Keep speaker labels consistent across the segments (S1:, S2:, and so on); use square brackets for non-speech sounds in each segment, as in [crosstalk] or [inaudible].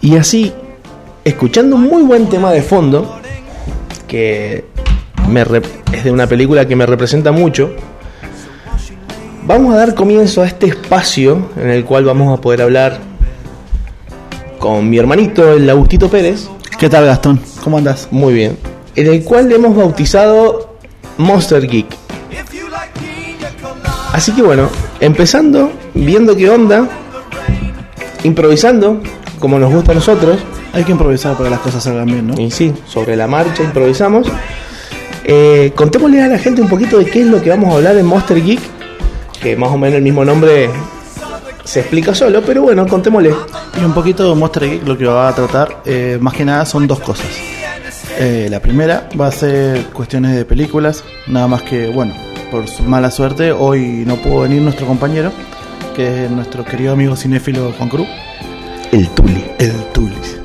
S1: Y así, escuchando un muy buen tema de fondo, que me rep- es de una película que me representa mucho, vamos a dar comienzo a este espacio en el cual vamos a poder hablar con mi hermanito, el Agustito Pérez,
S2: ¿Qué tal, Gastón? ¿Cómo andás?
S1: muy bien, en el cual le hemos bautizado Monster Geek. Así que bueno, empezando, viendo qué onda, improvisando, como nos gusta a nosotros,
S2: Hay que improvisar para que las cosas salgan bien, ¿no?
S1: y sí, sobre la marcha improvisamos. Eh, contémosle a la gente un poquito de qué es lo que vamos a hablar en Monster Geek, que más o menos el mismo nombre se explica solo, pero bueno, contémosle.
S2: Y un poquito de Monster Geek lo que va a tratar, eh, más que nada, son dos cosas. Eh, la primera va a ser cuestiones de películas, nada más que, bueno, por su mala suerte, hoy no pudo venir nuestro compañero, que es nuestro querido amigo cinéfilo Juan Cruz.
S1: El Tuli.
S2: El Tulis.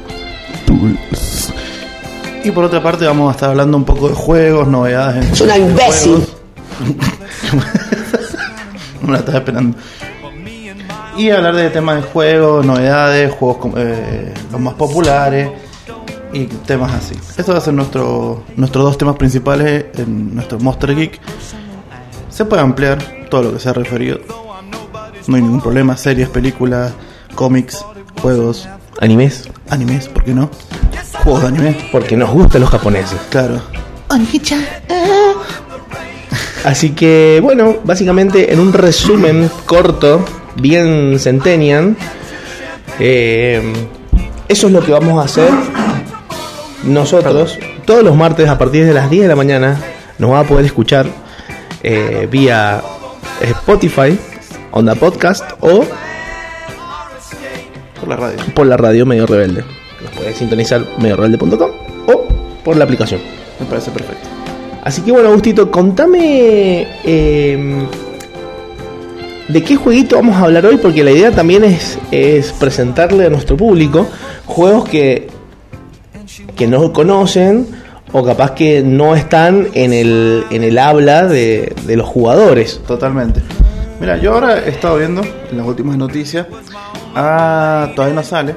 S2: Y por otra parte vamos a estar hablando un poco de juegos, novedades. en-
S3: Es una
S2: en
S3: imbécil.
S2: juegos. [laughs] no la estaba esperando. Y hablar de temas de juegos, novedades, juegos com- eh, los más populares y temas así. Estos van a ser nuestro, nuestros dos temas principales en nuestro Monster Geek. Se puede ampliar todo lo que se ha referido. No hay ningún problema. Series, películas, cómics, juegos,
S1: Animes.
S2: animes, ¿por qué no? Juegos de anime,
S1: Porque nos gustan los japoneses.
S2: claro.
S1: Así que bueno, básicamente en un resumen corto, bien centenian, eh, eso es lo que vamos a hacer nosotros todos los martes a partir de las 10 de la mañana. Nos va a poder escuchar eh, vía Spotify, Onda Podcast o
S2: Por la radio.
S1: por la radio Medio Rebelde. Nos pueden sintonizar mediorebelde.com o por la aplicación.
S2: Me parece perfecto.
S1: Así que bueno, Agustito, contame eh, de qué jueguito vamos a hablar hoy, porque la idea también es, es presentarle a nuestro público juegos que, que no conocen o capaz que no están en el, en el habla de, de los jugadores.
S2: Totalmente. Mira, yo ahora he estado viendo en las últimas noticias. Ah, todavía no sale,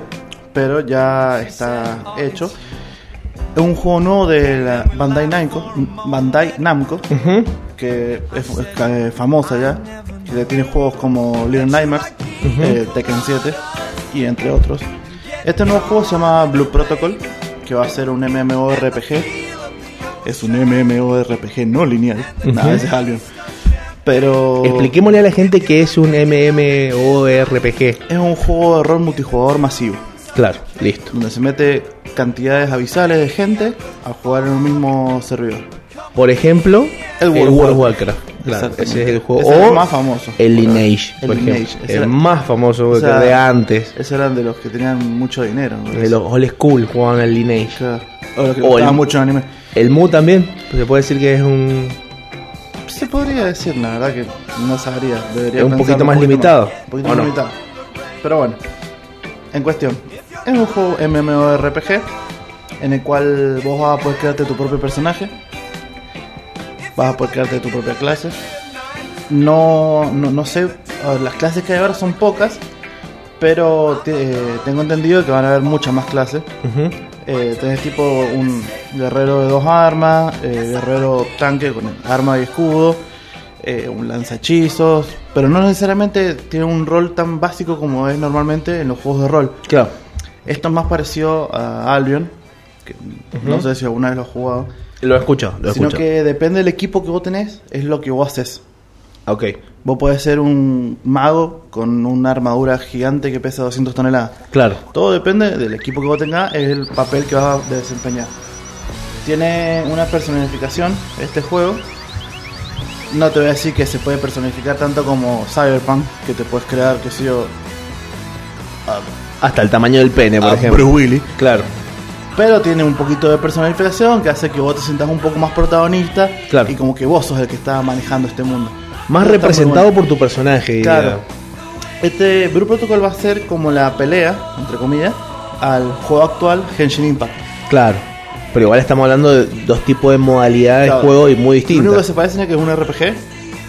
S2: pero ya está hecho. Es un juego nuevo de la Bandai Namco, Bandai Namco
S1: Ujú.
S2: que es, es ca- eh, famosa ya, que tiene juegos como Little Nightmares, eh, Tekken 7 y entre otros. Este nuevo juego se llama Blue Protocol, que va a ser un MMORPG. Es un MMORPG no lineal. Nada, ese es Albion.
S1: Oh.
S2: Pero
S1: Expliquémosle a la gente que es un MMORPG.
S2: es un juego de rol multijugador masivo,
S1: Claro, listo.
S2: donde se mete cantidades abisales de gente a jugar en un mismo servidor.
S1: Por ejemplo,
S2: El
S1: el
S2: World
S1: World,
S2: of
S1: of
S2: Warcraft.
S1: Warcraft. Claro,
S2: Exactamente.
S1: ese es el juego.
S2: Ese es el
S1: O
S2: más famoso.
S1: El Lineage,
S2: El
S1: por
S2: Lineage,
S1: ejemplo.
S2: ese
S1: El
S2: era-
S1: más famoso
S2: o sea,
S1: que de antes.
S2: Esos eran de los que tenían mucho dinero. me
S1: De
S2: parece.
S1: los old school jugaban al Lineage.
S2: Claro. O lo que
S1: O
S2: gustaba
S1: el-
S2: mucho en anime.
S1: El Mu también, pues se puede decir que es un,
S2: Se podría decir, la verdad que no sabría. Debería
S1: Es un
S2: pensarlo
S1: poquito más limitado,
S2: más- un poquito
S1: ¿o
S2: más
S1: no?
S2: limitado. Pero bueno, en cuestión. Es un juego MMORPG en el cual vos vas a poder crearte tu propio personaje. Vas a poder crearte tu propia clase. No, no, no sé, a ver, las clases que hay ahora son pocas, pero te- eh, tengo entendido que van a haber muchas más clases.
S1: ujú,
S2: Eh, tenés tipo un guerrero de dos armas, eh, guerrero tanque con arma y escudo, eh, un lanzachizos, pero no necesariamente tiene un rol tan básico como es normalmente en los juegos de rol.
S1: claro,
S2: Esto es más parecido a Albion, que no sé si alguna vez lo has jugado,
S1: lo he escuchado, lo he
S2: sino
S1: escuchado.
S2: que depende del equipo que vos tenés, es lo que vos haces.
S1: Ok,
S2: Vos podés ser un mago con una armadura gigante que pesa 200 toneladas.
S1: claro,
S2: Todo depende del equipo que vos tengas, es el papel que vas a desempeñar. Tiene una personificación este juego. No te voy a decir que se puede personificar tanto como Cyberpunk, que te puedes crear, que sé yo,
S1: hasta el tamaño del pene, por
S2: a
S1: ejemplo.
S2: Ah, Bruce Willis.
S1: Claro,
S2: Pero tiene un poquito de personificación que hace que vos te sientas un poco más protagonista
S1: Claro.
S2: y como que vos sos el que está manejando este mundo.
S1: más
S2: Está muy
S1: representado
S2: bueno.
S1: por tu personaje. diría.
S2: Claro. Este Blue Protocol va a ser como la pelea, entre comillas, al juego actual Genshin Impact.
S1: claro, pero igual estamos hablando de dos tipos de modalidades
S2: Claro.
S1: de juego y muy
S2: Lo único que
S1: distintas.
S2: se parece es que es un RPG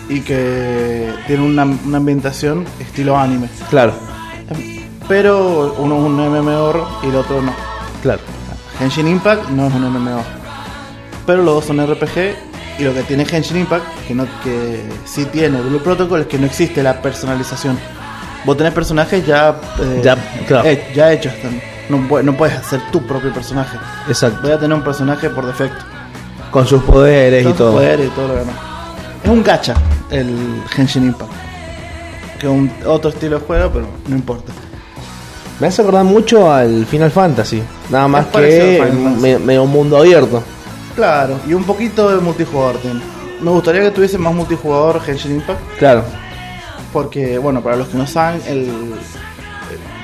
S2: y que tiene una, una ambientación estilo anime.
S1: Claro,
S2: pero uno es un MMO y el otro no.
S1: Claro.
S2: Genshin Impact no es un MMO. Pero los dos son RPG y lo que tiene Genshin Impact, que, no, que sí tiene Blue Protocol, es que no existe la personalización. Vos tenés personajes ya, eh,
S1: Ya, claro.
S2: he- ya hechos. están. No, pu- no puedes hacer tu propio personaje.
S1: Exacto.
S2: Voy a tener un personaje por defecto.
S1: Con sus poderes y
S2: Todos
S1: todo.
S2: poderes y todo lo demás. Es un gacha el Genshin Impact. Que es un, otro estilo de juego, pero no importa.
S1: Me hace acordar mucho al Final Fantasy. Nada más
S2: parecido al
S1: que
S2: Final Fantasy.
S1: me- medio mundo abierto.
S2: Claro, y un poquito de multijugador tiene. Me gustaría que tuviese más multijugador Genshin Impact.
S1: Claro.
S2: Porque, bueno, para los que no saben, el, el-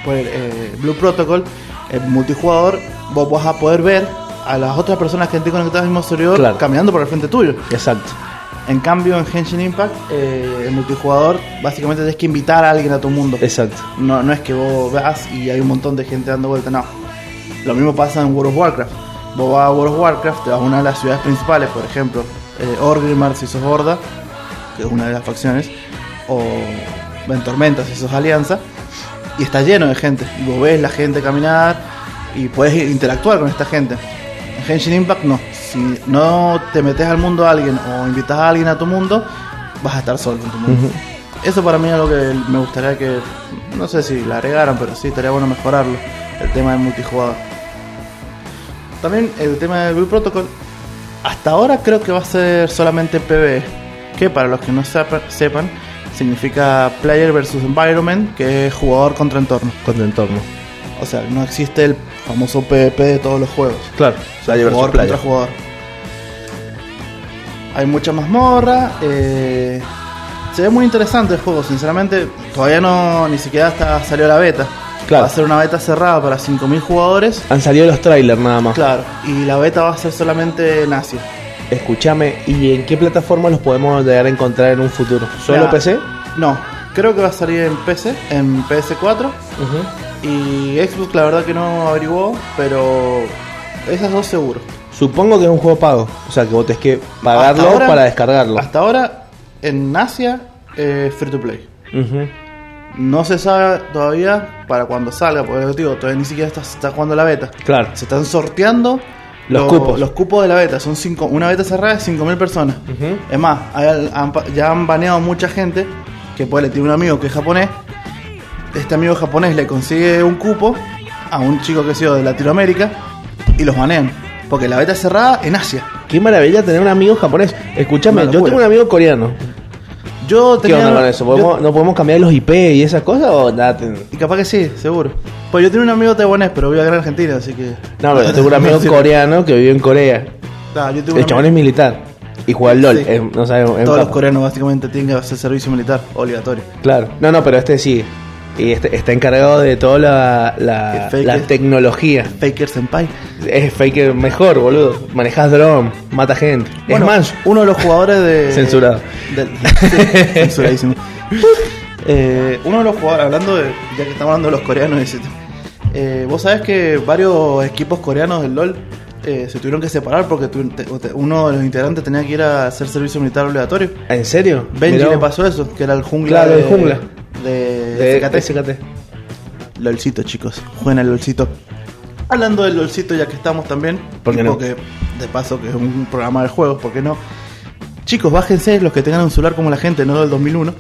S2: pues, eh, Blue Protocol, el multijugador, vos vas a poder ver a las otras personas que estén conectadas al mismo servidor
S1: Claro.
S2: caminando por el frente tuyo.
S1: Exacto.
S2: En cambio, en Genshin Impact, eh, el multijugador, básicamente tienes que invitar a alguien a tu mundo.
S1: Exacto.
S2: No, no es que vos vas y hay un montón de gente dando vuelta, no. Lo mismo pasa en World of Warcraft. Vos vas a World of Warcraft, te vas a una de las ciudades principales, por ejemplo, eh, Orgrimmar si sos Horda, que es una de las facciones, o en Tormenta si sos Alianza, y está lleno de gente. Y vos ves la gente caminar y puedes interactuar con esta gente. En Genshin Impact no. Si no te metes al mundo a alguien o invitas a alguien a tu mundo, vas a estar solo en tu mundo. Eso para mí es lo que me gustaría que, no sé si la agregaran, pero sí, estaría bueno mejorarlo, el tema del multijugador. También el tema del Blue Protocol, hasta ahora creo que va a ser solamente PvE, que para los que no sepa- sepan, significa Player versus Environment, que es jugador contra entorno.
S1: Con tu entorno.
S2: O sea, no existe el famoso PvP de todos los juegos.
S1: Claro. Player versus
S2: jugador
S1: player.
S2: contra jugador. Hay mucha mazmorra. eh, se ve muy interesante el juego, sinceramente. Todavía no, ni siquiera hasta salió la beta.
S1: Claro.
S2: Va a ser una beta cerrada para 5.000 jugadores.
S1: Han salido los trailers nada más.
S2: Claro, y la beta va a ser solamente en Asia.
S1: Escúchame, ¿y en qué plataforma los podemos llegar a encontrar en un futuro? ¿Solo
S2: La-
S1: PC?
S2: No, creo que va a salir en PC, en PS4. Y Xbox, la verdad que no averiguó, pero esas dos seguro.
S1: Supongo que es un juego pago. O sea, que vos tenés que pagarlo
S2: Hasta ahora-
S1: para descargarlo.
S2: Hasta ahora, en Asia, eh, free to play.
S1: Ujú.
S2: No se sabe todavía para cuando salga, porque digo, todavía ni siquiera está, se está jugando la beta.
S1: Claro.
S2: Se están sorteando
S1: Los
S2: lo-
S1: cupos.
S2: los cupos de la beta. Son cinco, una beta cerrada de 5.000 personas.
S1: Ujú.
S2: Es más, hay al- han pa- ya han baneado mucha gente, que puede le tiene un amigo que es japonés. Este amigo japonés le consigue un cupo a un chico que ha sido de Latinoamérica y los banean. Porque la beta es cerrada en Asia.
S1: Qué maravilla tener un amigo japonés. Escúchame,
S2: Una
S1: yo
S2: locura.
S1: tengo un amigo coreano.
S2: Yo
S1: ¿Qué
S2: tenía,
S1: onda con eso?
S2: yo-
S1: ¿Podemos, ¿No podemos cambiar los IP y esas cosas o nada? ten-
S2: Y capaz que sí, seguro. Pues yo tengo un amigo taiwanés, pero vive acá en Argentina, así que.
S1: No, pero
S2: [laughs]
S1: tengo un amigo
S2: Sí.
S1: coreano que vive en Corea.
S2: Nah, yo tengo un
S1: El chabón es
S2: amigo-
S1: militar y juega al LOL.
S2: Sí.
S1: es- no sabemos. es un
S2: Todos los
S1: capo.
S2: coreanos básicamente tienen que hacer servicio militar obligatorio.
S1: Claro. No, no, pero este sí. Y este, está encargado de toda la, la,
S2: El fake
S1: la
S2: es-
S1: tecnología.
S2: Faker Senpai.
S1: Es faker mejor, boludo. Manejas dron, mata gente.
S2: Bueno,
S1: es más,
S2: uno de los jugadores de.
S1: Censurado.
S2: del- sí, censuradísimo. [laughs] Eh, uno de los jugadores, hablando de. Ya que estamos hablando de los coreanos, ese tema, eh, vos sabés que varios equipos coreanos del LOL eh, se tuvieron que separar porque tu- te- te- uno de los integrantes tenía que ir a hacer servicio militar obligatorio.
S1: ¿en serio?
S2: Benji
S1: Mirá
S2: le
S1: vos. Eh,
S2: pasó eso, que era el jungla.
S1: Claro,
S2: de,
S1: el jungla.
S2: De,
S1: De
S2: SKT.
S1: SKT.
S2: LOLcito, chicos. Jueguen al LOLcito. Hablando del LOLcito, ya que estamos también.
S1: ¿Por qué
S2: y
S1: no?
S2: Porque, de paso, que es un programa de juegos, ¿por qué no? Chicos, bájense los que tengan un celular como la gente, no del 2001.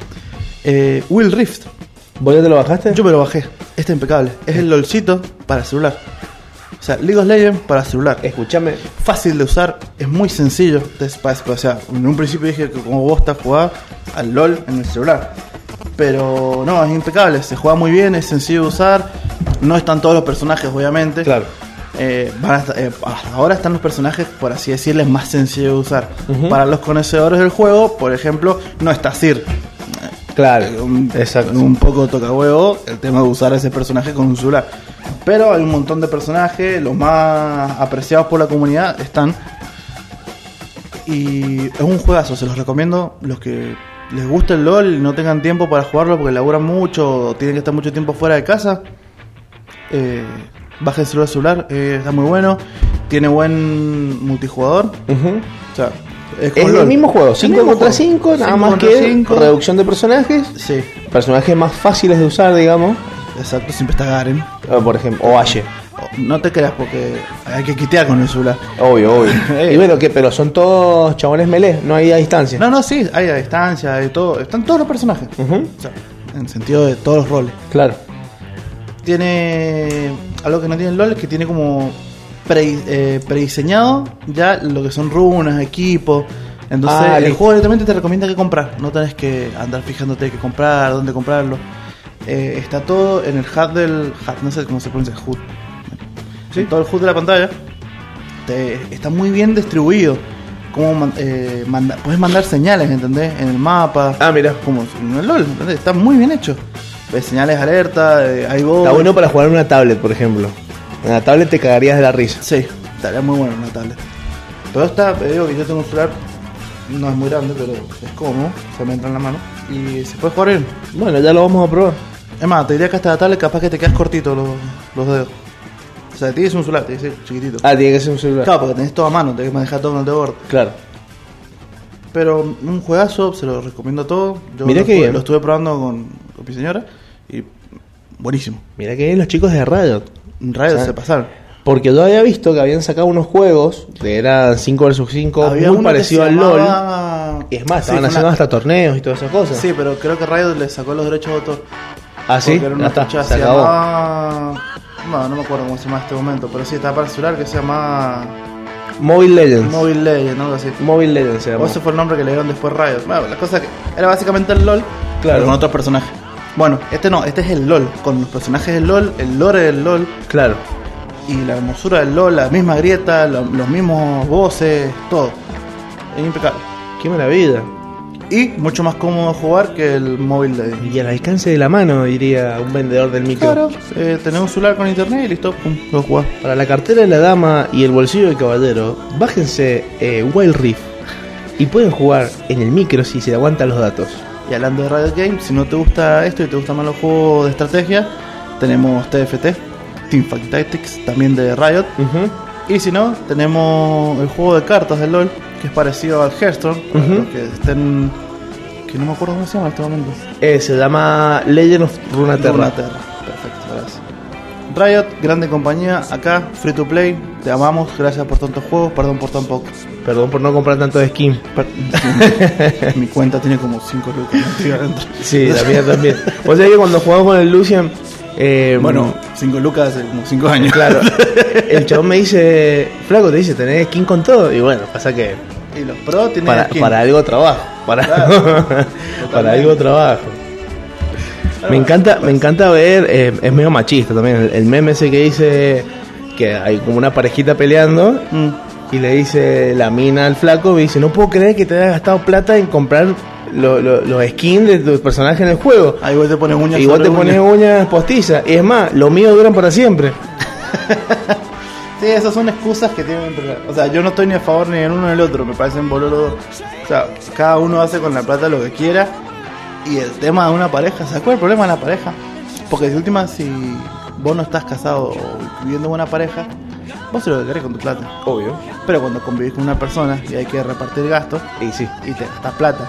S2: Eh, Will Rift.
S1: ¿Vos ya te lo bajaste?
S2: Yo me lo bajé. Este es impecable. Es el LOLcito para celular. O sea, League of Legends para celular. Es
S1: Escúchame.
S2: fácil de usar, es muy sencillo. Es fácil, O sea, en un principio dije que como vos estás jugando al LOL en el celular. Pero no, es impecable. Se juega muy bien, es sencillo de usar. No están todos los personajes, obviamente.
S1: Claro.
S2: Eh, van a esta- eh, hasta ahora están los personajes, por así decirles, más sencillos de usar.
S1: Ujú.
S2: Para los conocedores del juego, por ejemplo, no está Sir.
S1: Claro.
S2: Un,
S1: Exacto.
S2: un poco toca huevo el tema de usar ese personaje con un celular. Pero hay un montón de personajes, los más apreciados por la comunidad están. Y es un juegazo, se los recomiendo. Los que les gusta el LOL y no tengan tiempo para jugarlo porque laburan mucho o tienen que estar mucho tiempo fuera de casa, eh, bájenselo al celular, eh, está muy bueno. Tiene buen multijugador.
S1: Ujú.
S2: O sea, es, como
S1: Es el
S2: LOL.
S1: mismo juego,
S2: El
S1: 5
S2: mismo
S1: contra
S2: juego.
S1: 5, nada
S2: Cinco
S1: más
S2: contra
S1: que
S2: cinco.
S1: reducción de personajes,
S2: Sí,
S1: personajes más fáciles de usar, digamos.
S2: Exacto, siempre está Garen. Oh,
S1: O, por ejemplo, o Aye.
S2: No te creas porque hay que quitear con el Zula.
S1: Obvio,
S2: [laughs]
S1: obvio. y bueno, que, pero son todos chabones melee, no hay a distancia.
S2: Eh. No, no, sí, hay a distancia, hay todo. Están todos los personajes.
S1: Ujú.
S2: O sea, en sentido de todos los roles.
S1: Claro.
S2: Tiene. Algo que no tiene el LOL es que tiene como pre- eh, prediseñado ya lo que son runas, equipos. Entonces,
S1: Ah,
S2: el
S1: listo.
S2: juego directamente te recomienda que comprar. No tenés que andar fijándote qué comprar, dónde comprarlo. Eh, está todo en el HUD del. HUD, no sé cómo se pronuncia, HUD. En todo el HUD de la pantalla. Te- está muy bien distribuido. Como man- eh, manda- puedes mandar señales, ¿entendés? En el mapa.
S1: Ah, mira.
S2: Como en el LOL, ¿entendés? Está muy bien hecho. Ves señales de alerta, eh, hay voz.
S1: Está bueno para jugar en una tablet, por ejemplo. En la tablet te cagarías de la risa.
S2: Sí, estaría muy bueno una tablet. Pero está, te digo que yo tengo un celular, no es muy grande, pero es cómodo, se me entra en la mano. Y se puede jugar bien.
S1: Bueno, ya lo vamos a probar.
S2: Es más, te diría que hasta la tablet capaz que te quedas cortito los, los dedos. O sea, tienes un celular, te dice chiquitito.
S1: Ah, tiene que ser un celular.
S2: Claro, porque tenés todo a mano, tenés que manejar todo con el dedo gordo.
S1: Claro.
S2: Pero un juegazo, se lo recomiendo a todos. Yo
S1: Mirá
S2: lo,
S1: qué
S2: estuve-
S1: bien.
S2: lo estuve probando con, con mi señora y buenísimo.
S1: Mira que bien los chicos de Riot.
S2: Rayos
S1: Sí.
S2: se pasaron.
S1: Porque yo había visto que habían sacado unos juegos que eran 5 vs 5 muy
S2: Había uno que
S1: parecido
S2: se
S1: al LOL.
S2: llamaba-
S1: Y es más,
S2: Sí,
S1: estaban
S2: fue
S1: haciendo
S2: una-
S1: hasta torneos y todas esas cosas.
S2: Sí, pero creo que Riot le sacó los derechos de autor.
S1: Ah, sí,
S2: Porque era
S1: ya
S2: una
S1: está,
S2: ficha,
S1: se
S2: se
S1: acabó.
S2: llamaba- No, no me acuerdo cómo se llama en este momento, pero sí, estaba para el celular que se llamaba
S1: Mobile Legends. Mobile,
S2: Mobile Legend, algo así.
S1: Legends se llamó.
S2: O ese fue el nombre que le dieron después Riot. Bueno, la cosa que era básicamente el LOL,
S1: Claro.
S2: pero con otros personajes. Bueno, este no, este es el LOL, con los personajes del LOL, el lore del LOL
S1: Claro.
S2: y la hermosura del LOL, la misma grieta, lo- los mismos voces, todo. Es impecable.
S1: Qué maravilla.
S2: Y mucho más cómodo jugar que el Mobile Legend.
S1: Y al alcance de la mano, diría un vendedor del micro.
S2: Claro, eh, tenés un celular con internet y listo, pum, lo jugás.
S1: Para la cartera de la dama y el bolsillo del caballero, bájense eh, Wild Rift y pueden jugar en el micro si se le aguantan los datos.
S2: Y hablando de Riot Games, si no te gusta esto y te gustan más los juegos de estrategia, tenemos TFT, Teamfight Tactics, también de Riot. Y si no, tenemos el juego de cartas de LOL, que es parecido al Hearthstone, para
S1: Ujú.
S2: los que estén... que no me acuerdo cómo se llama en este momento.
S1: Eh, se llama Legend of Runeterra.
S2: Runeterra. Perfecto, gracias. Riot, grande compañía, acá, free to play, te amamos, gracias por tantos juegos, perdón por tan pocos.
S1: Perdón por no comprar tanto de skin. [laughs]
S2: Per- Mi cuenta tiene como 5 lucas metidas adentro.
S1: Sí, [laughs] la mía también. O sea que cuando jugamos con el Lucian, eh,
S2: [laughs] Bueno, 5 lucas hace como 5 años.
S1: [laughs] claro, el chabón me dice, flaco, te dice, tenés skin con todo. Y bueno, pasa que
S2: Y los pro tienen
S1: para,
S2: skin.
S1: para algo trabajo. [laughs] Para,
S2: Claro.
S1: para algo trabajo. Me
S2: pues.
S1: encanta, me encanta ver, eh, es medio machista también, el, el meme ese que dice que hay como una parejita peleando
S2: Mm.
S1: y le dice la mina al flaco, y dice, no puedo creer que te hayas gastado plata en comprar lo- lo- los skins de tu personaje en el juego.
S2: Ahí vos te pones uñas.
S1: Y vos
S2: sobre
S1: te pones
S2: uñas.
S1: uñas postizas. Y es más, lo mío duran para siempre.
S2: Sí, esas son excusas que tienen. pero- O sea, yo no estoy ni a favor ni en uno ni en el otro. Me parecen boludo. O sea, cada uno hace con la plata lo que quiera. Y el tema de una pareja, ¿sabes cuál es el problema de la pareja? Porque de última, si vos no estás casado o viviendo con una pareja, vos se lo que querés con tu plata.
S1: Obvio.
S2: Pero cuando convivís con una persona y hay que repartir gastos,
S1: Y sí.
S2: y te gastas plata,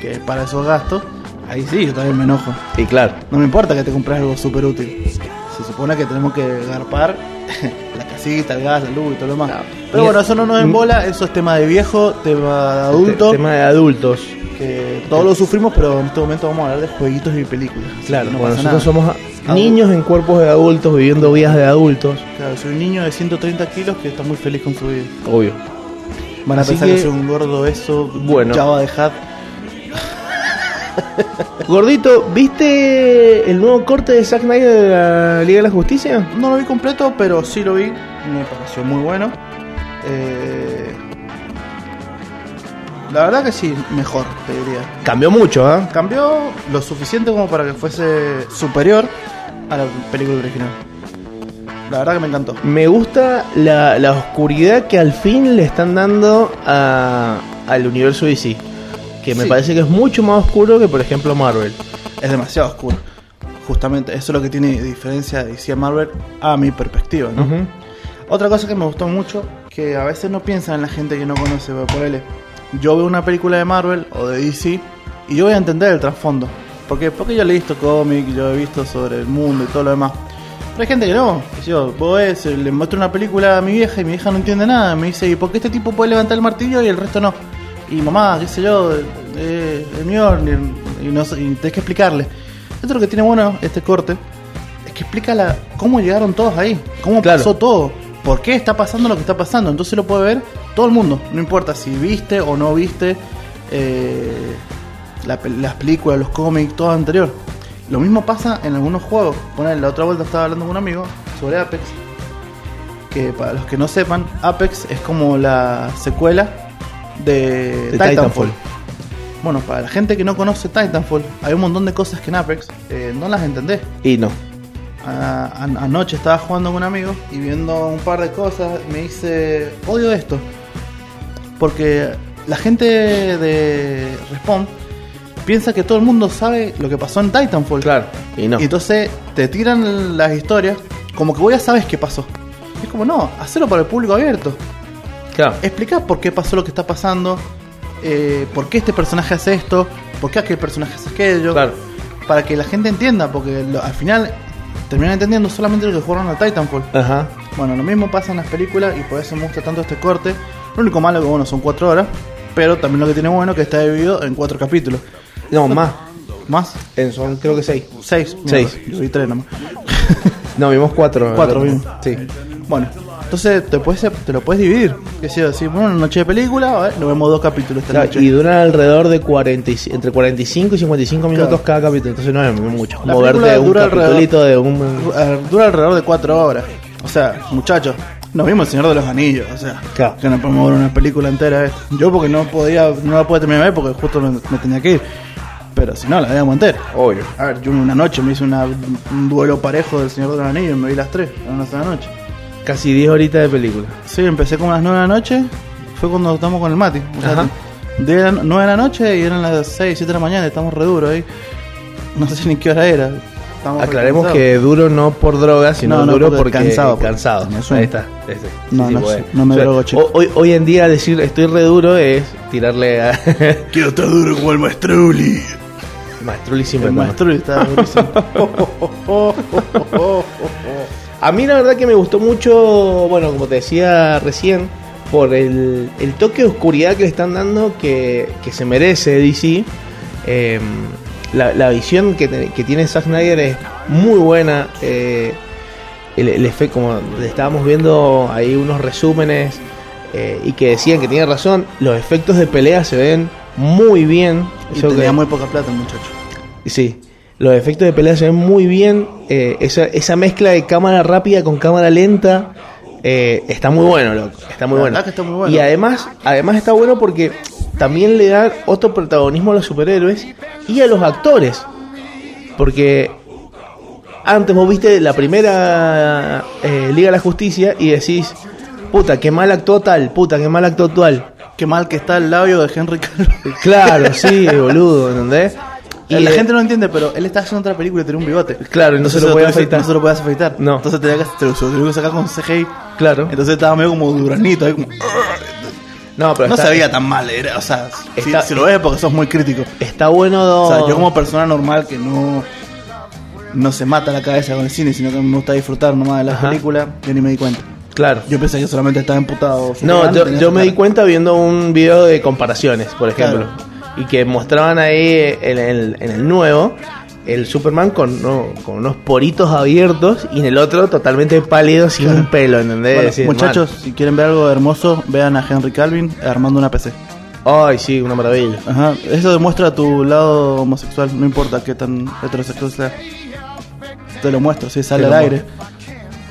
S2: que para esos gastos, ahí sí, yo también me enojo.
S1: Y claro.
S2: No me importa que te compres algo súper útil. Se supone que tenemos que garpar [laughs] la casita, el gas, la luz y todo lo demás. Pero bueno, eso no nos embola, eso es tema de viejo, tema de adulto,
S1: Te- Este tema de adultos.
S2: que todos lo sufrimos, pero en este momento vamos a hablar de jueguitos y películas. así
S1: Claro.
S2: que no
S1: cuando
S2: pasa
S1: nosotros
S2: nada.
S1: somos niños en cuerpos de adultos, viviendo vidas de adultos.
S2: Claro, soy un niño de 130 kilos que está muy feliz con su vida.
S1: Obvio.
S2: Van a
S1: Así
S2: pensar que...
S1: que-
S2: soy un gordo eso,
S1: Bueno.
S2: chava de hat.
S1: Gordito, ¿viste el nuevo corte de Zack Snyder de la Liga de la Justicia?
S2: No lo vi completo, pero sí lo vi. Me pareció muy bueno. Eh, La verdad que sí, mejor, te diría.
S1: Cambió mucho, ¿ah?
S2: Cambió lo suficiente como para que fuese superior a la película original. La verdad que me encantó.
S1: Me gusta la, la oscuridad que al fin le están dando a- al universo DC. Que me
S2: Sí.
S1: parece que es mucho más oscuro que, por ejemplo, Marvel.
S2: Es demasiado oscuro. Justamente, eso es lo que tiene diferencia de DC a Marvel a mi perspectiva, ¿no?
S1: Ujú.
S2: Otra cosa que me gustó mucho, que a veces no piensan en la gente que no conoce, por él. Yo veo una película de Marvel o de DC y yo voy a entender el trasfondo. Porque, porque yo he visto cómic, yo he visto sobre el mundo y todo lo demás. Pero hay gente que no. que Yo, vos ves, eh, le muestro una película a mi vieja y mi vieja no entiende nada. Me dice, ¿y por qué este tipo puede levantar el martillo y el resto no? Y mamá, qué sé yo, eh, el mío, y, no, sé, y tenés que explicarle. Esto es lo que tiene bueno este corte. Es que explica la, cómo llegaron todos ahí, cómo
S1: Claro.
S2: pasó todo, por qué está pasando lo que está pasando. Entonces lo puede ver todo el mundo, no importa si viste o no viste eh, la pel- las películas, los cómics, todo anterior. Lo mismo pasa en algunos juegos. Ponele, la otra vuelta estaba hablando con un amigo sobre Apex. Que para los que no sepan, Apex es como la secuela de,
S1: De
S2: Titanfall.
S1: Titanfall.
S2: Bueno, para la gente que no conoce Titanfall, hay un montón de cosas que en Apex eh, no las entendés.
S1: Y no.
S2: A- an- anoche estaba jugando con un amigo y viendo un par de cosas, me dice, odio esto. Porque la gente de Respawn piensa que todo el mundo sabe lo que pasó en Titanfall.
S1: Claro. Y no.
S2: Y entonces te tiran las historias como que vos ya sabes qué pasó. Y es como, no, hacerlo para el público abierto
S1: Claro.
S2: explicar por qué pasó lo que está pasando, eh, por qué este personaje hace esto, por qué aquel personaje hace aquello,
S1: Claro.
S2: para que la gente entienda, porque lo- al final terminan entendiendo solamente lo que jugaron a Titanfall.
S1: Ajá.
S2: Bueno, lo mismo pasa en las películas y por eso me gusta tanto este corte. Lo único malo que bueno son cuatro horas, pero también lo que tiene bueno es que está dividido en cuatro capítulos.
S1: No, más.
S2: Más
S1: En- son creo que seis.
S2: seis.
S1: Seis.
S2: mierda, Yo vi tres nomás.
S1: No, vimos cuatro.
S2: Cuatro vimos.
S1: Sí.
S2: Bueno, entonces te, puedes, te lo puedes dividir. Que sea así, bueno, una noche de película, a ver, nos vemos dos capítulos esta
S1: Claro,
S2: noche.
S1: y duran alrededor de 40, y- entre 45 y 55 minutos
S2: Claro.
S1: cada capítulo. Entonces no es mucho.
S2: La
S1: Como
S2: película
S1: verte un
S2: dura alrededor-
S1: capitulito de un.
S2: Eh, Dura alrededor de cuatro horas. O sea, muchachos, nos vimos el Señor de los Anillos. O sea,
S1: Claro.
S2: que no podemos ver una película entera. de esto. Yo porque no podía, no la pude terminar de ver porque justo me, me tenía que ir. Pero si no, la veíamos entera.
S1: Obvio.
S2: A ver, yo una noche me hice una- un duelo parejo del Señor de los Anillos y me vi las tres en una sola noche.
S1: Casi 10 horitas de película.
S2: Sí, empecé como a las nueve de la noche. Fue cuando estamos con el Mati. o sea,
S1: Ajá.
S2: De la- nueve de la noche y eran las seis, siete de la mañana. Estamos re duros ahí. No sé ni qué hora era. Estamos re
S1: Aclaremos
S2: cansados.
S1: que duro no por droga, sino
S2: No, no,
S1: duro
S2: porque
S1: porque
S2: cansado, pues. porque
S1: cansado.
S2: tenía sueño.
S1: Ahí está. Ese.
S2: No, no
S1: puede.
S2: sé, no
S1: O
S2: me
S1: sea,
S2: drogo, chico.
S1: ho- Hoy, hoy en día decir estoy re duro es tirarle a. [laughs]
S2: Quiero estar duro como el maestruli.
S1: Maestrulísimo.
S2: El
S1: hermano.
S2: maestruli está
S1: [laughs]
S2: durísimo.
S1: A mí la verdad que me gustó mucho, bueno, como te decía recién, por el, el toque de oscuridad que le están dando que, que se merece DC. Eh, la, la visión que, te- que tiene Zack Snyder es muy buena. eh, el, el efe- como le estábamos viendo ahí unos resúmenes eh, y que decían que tiene razón, los efectos de pelea se ven muy bien.
S2: y
S1: Eso
S2: tenía
S1: que-
S2: muy poca plata el muchacho.
S1: Sí, los efectos de pelea se ven muy bien. eh, esa, esa mezcla de cámara rápida con cámara lenta eh, está muy bueno, loco. Está muy
S2: La
S1: bueno.
S2: verdad que está muy bueno.
S1: Y además, además está bueno porque también le da otro protagonismo a los superhéroes y a los actores. Porque antes vos viste la primera eh, Liga de la Justicia y decís, puta, qué mal actuó tal, puta, qué mal actuó tal.
S2: [laughs] Qué mal que está el labio de Henry Cavill.
S1: Claro, sí, boludo, ¿entendés?
S2: Y la
S1: eh,
S2: gente no entiende, pero él está haciendo otra película y tiene un bigote.
S1: Claro, y no se lo puede
S2: tuviese-
S1: afeitar.
S2: No se lo puede afeitar.
S1: No.
S2: Entonces tenía que, te lo se lo tuvo que sacar con CGI.
S1: Claro.
S2: Entonces estaba medio como duranito. ahí como-
S1: No, pero
S2: no
S1: está,
S2: se veía tan mal. Era, o sea, si-
S1: Está- Oh.
S2: si, lo ves porque sos muy crítico.
S1: está bueno.
S2: O sea, yo como persona normal que no no se mata la cabeza con el cine, sino que me gusta disfrutar nomás de las
S1: Ajá.
S2: películas, yo ni me di cuenta.
S1: Claro.
S2: Yo pensé que solamente estaba emputado.
S1: no, yo, yo me di
S2: cuenta
S1: cuenta viendo un video de comparaciones, por ejemplo.
S2: Claro.
S1: Y que mostraban ahí eh, en el, en el nuevo el Superman con, no, con unos poritos abiertos y en el otro totalmente pálido sin un pelo, ¿entendés?
S2: Bueno,
S1: Decís,
S2: muchachos, si quieren ver algo hermoso, vean a Henry Calvin armando una PC.
S1: man, Ay, sí, una maravilla.
S2: Ajá, eso demuestra tu lado homosexual, no importa qué tan heterosexual sea. Te lo muestro, si sale
S1: Te
S2: al
S1: lo
S2: aire.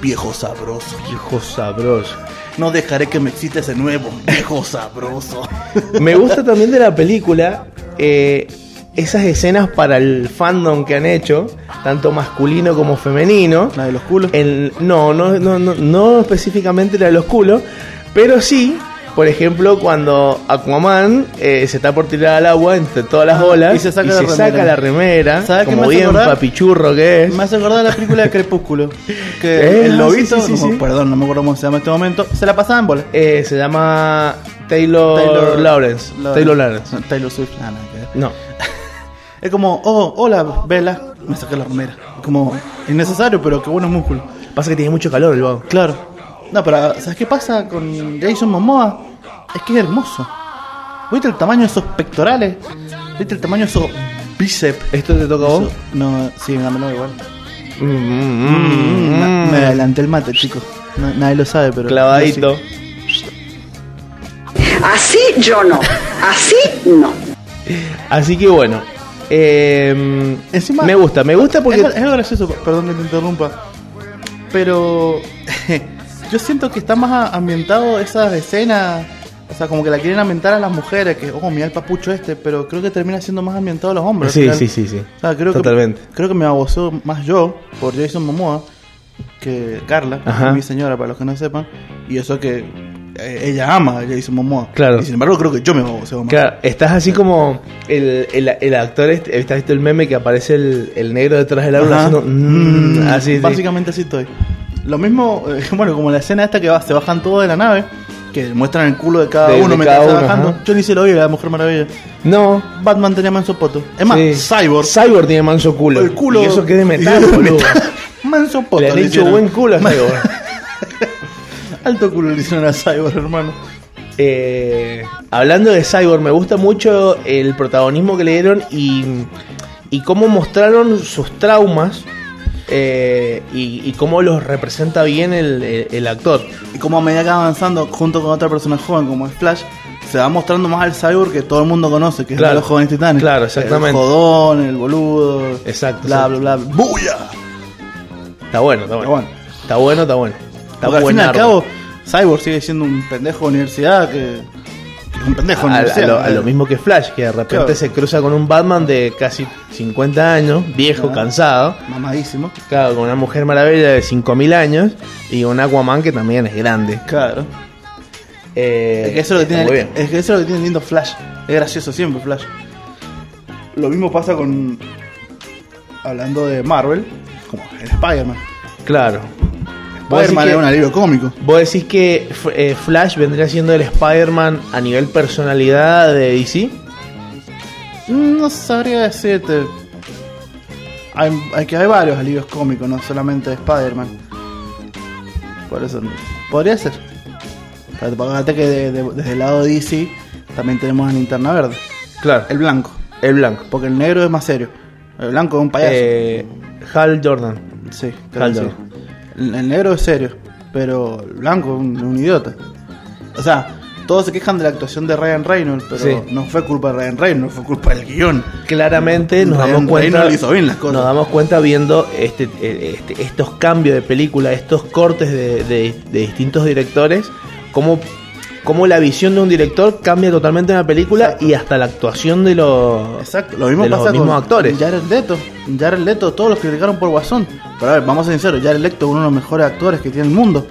S2: Viejo sabroso.
S1: Hijo sabroso.
S2: No dejaré que me excite ese [laughs] nuevo, viejo sabroso.
S1: Me gusta también de la película eh, esas escenas para el fandom que han hecho, tanto masculino como femenino.
S2: La de los culos.
S1: El- no, no, no, no, no específicamente la de los culos, pero sí, por ejemplo, cuando Aquaman eh, se está por tirar al agua entre todas las
S2: Ah,
S1: olas
S2: y se saca la remera.
S1: saca la remera,
S2: ¿Sabes qué me
S1: como
S2: hace
S1: bien
S2: acordar?
S1: papichurro que es.
S2: Me hace acordar la película de Crepúsculo. [laughs] Que
S1: Eh,
S2: el
S1: ah, sí,
S2: lobito,
S1: sí, sí,
S2: no,
S1: sí.
S2: perdón, no me acuerdo cómo se llama en este momento, se la pasaba en bola.
S1: Eh, se llama Taylor, Lawrence. Taylor Lawrence.
S2: Taylor Swift. Ah, nada que ver.
S1: No,
S2: Es como, oh, hola, Vela. Me saqué la remera. Como, innecesario, pero qué buenos músculos.
S1: Pasa que tiene mucho calor el vago.
S2: Claro. No, pero ¿sabes qué pasa con Jason Momoa? Es que es hermoso. ¿Viste el tamaño de esos pectorales? ¿Viste el tamaño de esos bíceps?
S1: ¿Esto te toca a vos?
S2: Eso- No, sí, dámelo igual.
S1: Mm, mm, mm,
S2: Na-
S1: mm.
S2: me adelanté el mate, chicos. Na- nadie lo sabe, pero.
S1: Clavadito.
S2: yo sí.
S3: Así yo no. Así no.
S1: Así que bueno. eh,
S2: Encima-
S1: me gusta, me gusta porque.
S2: Es, es gracioso, perdón que te interrumpa. Pero. [laughs] yo siento que está más a- ambientado esas escenas. O sea, como que la quieren ambientar a las mujeres. Que, oh, mira el papucho este. Pero creo que termina siendo más ambientado a los hombres. al
S1: Sí,
S2: final.
S1: sí, sí, sí.
S2: O sea, creo
S1: Totalmente.
S2: Que, creo que me aboceo más yo por Jason Momoa que Carla,
S1: Ajá.
S2: mi señora, para los que no sepan. Y eso que eh, ella ama a Jason Momoa.
S1: Claro.
S2: Y sin embargo, creo que yo me aboceo más.
S1: Claro, estás así como el, el, el actor, este, ¿viste- ¿viste el meme que aparece el, el negro detrás del árbol
S2: Ajá.
S1: haciendo mm,
S2: Mm,
S1: así? sí.
S2: Básicamente así estoy. Lo mismo, eh, bueno, como la escena esta que va- se bajan todos de la nave, que muestran el culo de cada
S1: De- de
S2: uno mientras
S1: cada
S2: está
S1: uno,
S2: bajando.
S1: ajá.
S2: Yo ni se lo vi, la Mujer Maravilla.
S1: No.
S2: Batman tenía manso poto. Es más,
S1: sí.
S2: Cyborg.
S1: Cyborg tiene manso culo.
S2: El culo.
S1: Y eso que es de metal,
S2: y-
S1: boludo.
S2: [laughs] manso poto.
S1: Le han
S2: le
S1: hecho
S2: hicieron.
S1: buen
S2: [laughs]
S1: culo a este,
S2: Ma-
S1: Cyborg.
S2: Alto culo le hicieron a Cyborg, hermano.
S1: Eh, hablando de Cyborg, me gusta mucho el protagonismo que le dieron y, y cómo mostraron sus traumas eh, y, y cómo los representa bien el, el- el actor.
S2: Y como a medida que va avanzando, junto con otra persona joven como es Flash, se va mostrando más al cyborg que todo el mundo conoce, que
S1: Claro.
S2: es el de los jóvenes titanes.
S1: Claro, exactamente.
S2: El jodón, el boludo.
S1: Exacto,
S2: Bla,
S1: exacto.
S2: bla, bla. ¡Buya!
S1: Está bueno, está
S2: Pero
S1: bueno.
S2: bueno,
S1: Está bueno, está bueno. Está
S2: porque al fin y al
S1: buenardo.
S2: cabo, Cyborg sigue siendo un pendejo de universidad que. que es un pendejo de
S1: A, a
S2: universidad.
S1: lo, a lo mismo que Flash, que de repente
S2: Claro.
S1: se cruza con un Batman de casi 50 años, viejo,
S2: Ah.
S1: cansado.
S2: Mamadísimo.
S1: Claro, con una Mujer Maravilla de 5.000 años y un Aquaman que también es grande.
S2: Claro.
S1: Eh,
S2: Es que eso es lo que
S1: está muy
S2: tiene,
S1: bien.
S2: es que eso es lo que tiene lindo Flash. Es gracioso siempre Flash. Lo mismo pasa con. Hablando de Marvel, como el Spider-Man.
S1: Claro. Vos decís,
S2: Spider-Man
S1: que,
S2: es un alivio cómico.
S1: vos decís que, F- eh, Flash vendría siendo el Spider-Man a nivel personalidad de DC.
S2: Mm, No sabría decirte. Hay, hay que hay varios alivios cómicos, no solamente de Spider-Man. Por eso. Podría ser. Pero acuérdate que de- de- desde el lado DC también tenemos a Linterna Verde.
S1: Claro.
S2: El blanco.
S1: El blanco.
S2: Porque el negro es más serio. El blanco es un payaso.
S1: Eh, Hal Jordan.
S2: sí, creo que
S1: Hal
S2: sí.
S1: Jordan.
S2: El, el negro es serio. Pero el blanco es un, un idiota. O sea, todos se quejan de la actuación de Ryan Reynolds, pero
S1: Sí.
S2: no fue culpa de Ryan Reynolds, fue culpa del guión.
S1: Claramente nos
S2: Ryan
S1: damos cuenta.
S2: Reynolds hizo bien las cosas.
S1: Nos damos cuenta viendo este, eh, este- estos cambios de película, estos cortes de, de- de distintos directores, cómo, cómo la visión de un director cambia totalmente en la película y hasta la actuación de los,
S2: Exacto, lo mismo
S1: de los
S2: pasa
S1: mismos
S2: con
S1: actores.
S2: Jared Leto, Jared Leto, todos los criticaron por Guasón. Pero a ver, vamos a ser sinceros, Jared Leto es uno de los mejores actores que tiene el mundo.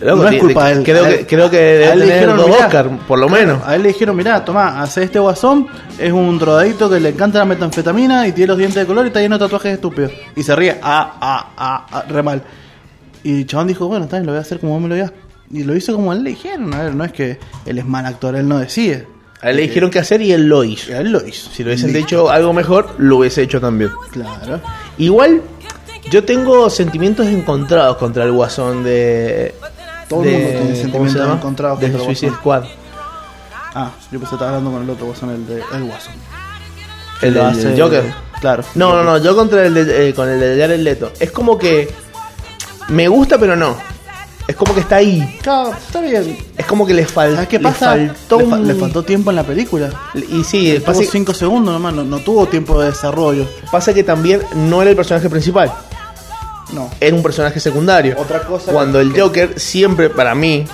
S1: Loco,
S2: no
S1: ti-
S2: es culpa de él.
S1: Creo
S2: A
S1: que,
S2: él-
S1: creo que
S2: a
S1: debe
S2: él le
S1: tener
S2: dijeron,
S1: dos
S2: "Mirá".
S1: Oscar, por lo menos.
S2: A él le dijeron, mirá, tomá, hace este Guasón, es un drogadicto que le encanta la metanfetamina y tiene los dientes de color y está lleno de tatuajes estúpidos. Y se ríe, ah, ah, ah, ah, re mal. Y Chabón dijo, bueno, está bien, lo voy a hacer como vos me lo digas. Y lo hizo como a él le dijeron, a ver, no es que él es mal actor, él no decide.
S1: A él le dijeron qué hacer y él lo hizo.
S2: Él lo hizo.
S1: Si lo hubiesen dicho algo mejor, lo hubiese hecho también.
S2: Claro.
S1: Igual, yo tengo sentimientos encontrados contra el guasón de.
S2: Todo el mundo tiene
S1: ¿cómo se
S2: sentimientos
S1: llama?
S2: encontrados
S1: De
S2: contra el
S1: Suicide
S2: Guasón.
S1: Squad.
S2: Ah, yo pensé que estaba hablando con el otro Guasón, el de el Guasón.
S1: El,
S2: Lo
S1: del
S2: hace-
S1: Joker.
S2: Claro.
S1: No, no, no, yo contra el de- eh, con el de Jared Leto. Es como que. Me gusta, pero no. Es como que está ahí.
S2: Claro, está bien.
S1: Es como que le, fal-
S2: ¿Sabes qué
S1: le
S2: pasa?
S1: faltó.
S2: Le, fa-
S1: un-
S2: le faltó tiempo en la película.
S1: Y sí,
S2: Pasó
S1: pasa,
S2: 5 segundos nomás, no, no tuvo tiempo de desarrollo.
S1: pasa que también no era el personaje principal.
S2: No.
S1: era un personaje secundario.
S2: Otra cosa-
S1: Cuando el Joker siempre, para mí,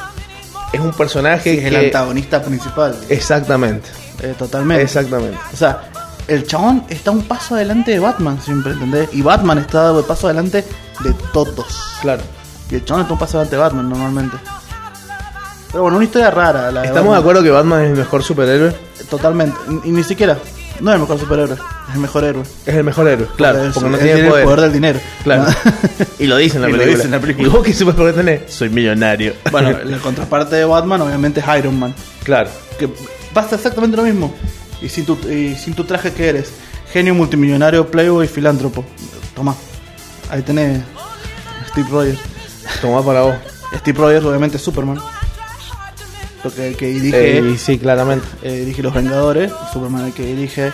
S1: es un personaje
S2: Es el
S1: que-
S2: antagonista principal.
S1: Exactamente.
S2: Eh, totalmente.
S1: Exactamente.
S2: O sea, el chabón está un paso adelante de Batman siempre, ¿entendés? Y Batman está un paso adelante de todos.
S1: Claro.
S2: Y el chabón está un paso adelante de Batman normalmente. Pero bueno, una historia rara. La de
S1: ¿Estamos de
S2: Batman.
S1: acuerdo que Batman es el mejor superhéroe?
S2: Totalmente. Y, y ni siquiera. No es el mejor superhéroe, es el mejor héroe.
S1: Es el mejor héroe, claro.
S2: Porque es-
S1: porque no
S2: él
S1: tiene poder.
S2: el poder del dinero. Ah.
S1: Claro.
S2: ¿no?
S1: Y lo dice en la
S2: Y lo
S1: película.
S2: dice en la película.
S1: ¿Y vos qué superpoder tenés? Soy millonario.
S2: [laughs] [laughs] Bueno, la contraparte de Batman obviamente es Iron Man.
S1: claro.
S2: Que pasa exactamente lo mismo. Y sin tu, y sin tu traje que eres. Genio multimillonario, playboy y filántropo. Tomá. Ahí tenés Steve Rogers.
S1: Tomá para vos.
S2: Steve Rogers, obviamente, es Superman. Porque el que dirige,
S1: Eh, y sí, claramente.
S2: eh, dirige Los Vengadores. Superman el que dirige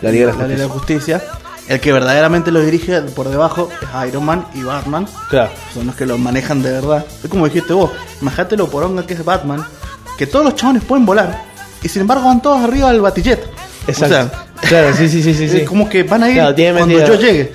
S1: La Liga de la
S2: Liga de la
S1: Justicia.
S2: Justicia. El que verdaderamente lo dirige por debajo es Iron Man y Batman.
S1: Claro.
S2: Son los que lo manejan de verdad. Es como dijiste vos, imagínate lo poronga que es Batman, que todos los chabones pueden volar, y sin embargo van todos arriba del batillet.
S1: Exacto.
S2: O sea,
S1: claro, sí, sí, sí, sí. sí.
S2: es como que van a ir
S1: Claro, tiene
S2: cuando
S1: mentira.
S2: yo llegue.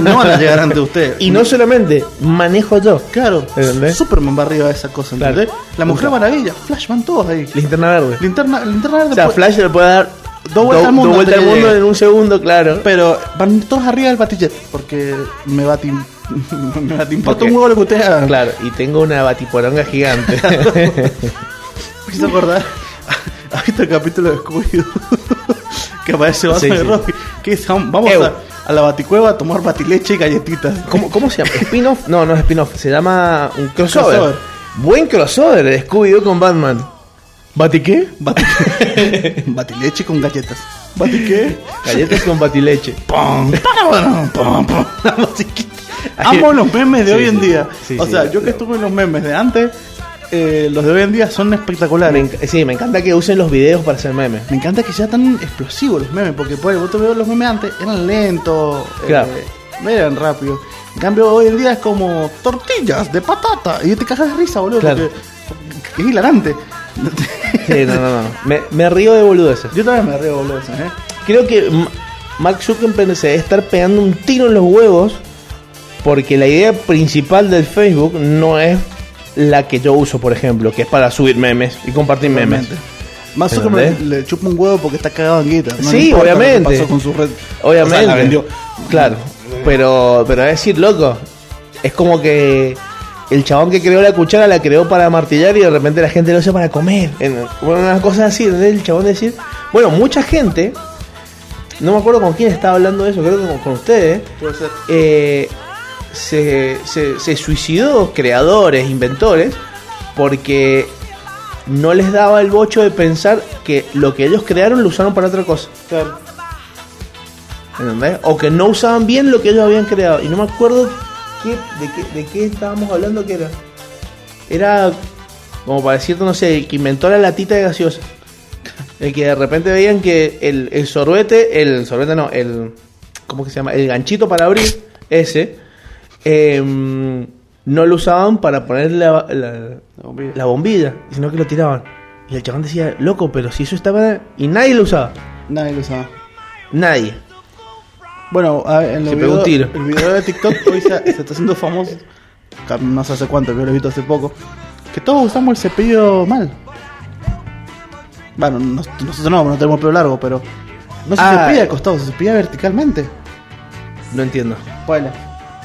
S2: No van a llegar
S1: [laughs]
S2: ante ustedes.
S1: Y no solamente manejo yo.
S2: Claro,
S1: ¿Entendés?
S2: Superman va arriba de esa cosa, ¿entendés?
S1: Claro.
S2: La Mujer Maravilla, Flash, van todos ahí.
S1: Linterna verde.
S2: Linterna, linterna verde
S1: O sea,
S2: puede-
S1: Flash le puede dar
S2: Dos vueltas al mundo
S1: vueltas
S2: antes
S1: al
S2: que
S1: mundo
S2: llegue.
S1: en un segundo, claro.
S2: Pero van todos arriba del batillet, porque me bati... [laughs] me bati importa
S1: Ok.
S2: un huevo lo que ustedes hagan.
S1: Claro, y tengo una batiporonga gigante.
S2: Me hizo acordar. ¿Has visto el capítulo de Scooby-Doo? [laughs] que aparece Batman
S1: Sí,
S2: y
S1: sí.
S2: Robin. Que dice, vamos
S1: Ew.
S2: a, a la baticueva a tomar batileche y galletitas.
S1: [laughs] ¿Cómo, cómo se llama? ¿Spin-off? No, no es spin-off. Se llama un crossover.
S2: Crossover.
S1: Buen crossover de Scooby-Doo con Batman. ¿Bati qué?
S2: Bati- [laughs] batileche con galletas. ¿Bati qué?
S1: Galletas con [laughs] batileche.
S2: ¡Pum! ¡Pum! ¡Pum! ¡Pum! La musiquita. Amo los memes de
S1: Sí,
S2: hoy en
S1: sí.
S2: día.
S1: Sí,
S2: o
S1: sí.
S2: sea, yo que estuve en los memes de antes, eh, los de hoy en día son espectaculares.
S1: Me enc- sí, me encanta que usen los videos para hacer memes.
S2: Me encanta que sean tan explosivos los memes, porque por vos te veo los memes antes, eran lentos,
S1: Claro.
S2: eh, no eran rápidos. En cambio, hoy en día es como tortillas de patata, y te cagas de risa, boludo,
S1: Claro.
S2: porque es hilarante. [laughs]
S1: Sí, no, no, no. Me, me río de boludeces.
S2: Yo también me río, boludo, ¿eh?
S1: Creo que M- Mark Zuckerberg se debe estar pegando un tiro en los huevos porque la idea principal del Facebook no es la que yo uso, por ejemplo, que es para subir memes y compartir memes.
S2: Realmente. Más o menos
S1: ¿Entendés?
S2: le chupa un huevo porque está cagado en guita. no le
S1: sí,
S2: importa lo que
S1: obviamente.
S2: pasó con su red.
S1: Obviamente.
S2: O sea, la vendió.
S1: Claro. Pero, pero es decir, loco, es como que el chabón que creó la cuchara la creó para martillar y de repente la gente lo usa para comer. En- Bueno, unas cosas así, ¿entendés? El chabón decir. Bueno, mucha gente. No me acuerdo con quién estaba hablando de eso, creo que con, con ustedes.
S2: Puede ser.
S1: eh, se, se- se suicidó creadores, inventores, porque no les daba el bocho de pensar que lo que ellos crearon lo usaron para otra cosa.
S2: Claro.
S1: ¿entendés? O que no usaban bien lo que ellos habían creado. Y no me acuerdo qué, de, qué, de qué estábamos hablando que era. Era, como para decirte, no sé, el que inventó la latita de gaseosa. El que de repente veían que el, el sorbete, el sorbete no, el, ¿cómo que se llama? El ganchito para abrir, ese, em, no lo usaban para poner la, la,
S2: La bombilla.
S1: la bombilla, sino que lo tiraban. Y el chabón decía, loco, pero si eso estaba... Y nadie lo usaba.
S2: Nadie lo sabe.
S1: Nadie.
S2: Bueno, a ver, en los
S1: Se pegó un
S2: videos-
S1: tiro.
S2: el video de TikTok hoy se, se está haciendo famoso. Ca- No sé hace cuánto, yo lo he visto hace poco. Que todos usamos el cepillo mal. Bueno, nos- nosotros no, no tenemos pelo largo, pero. No se
S1: Ah.
S2: cepilla de costado, se cepilla verticalmente.
S1: No entiendo.
S2: Bueno,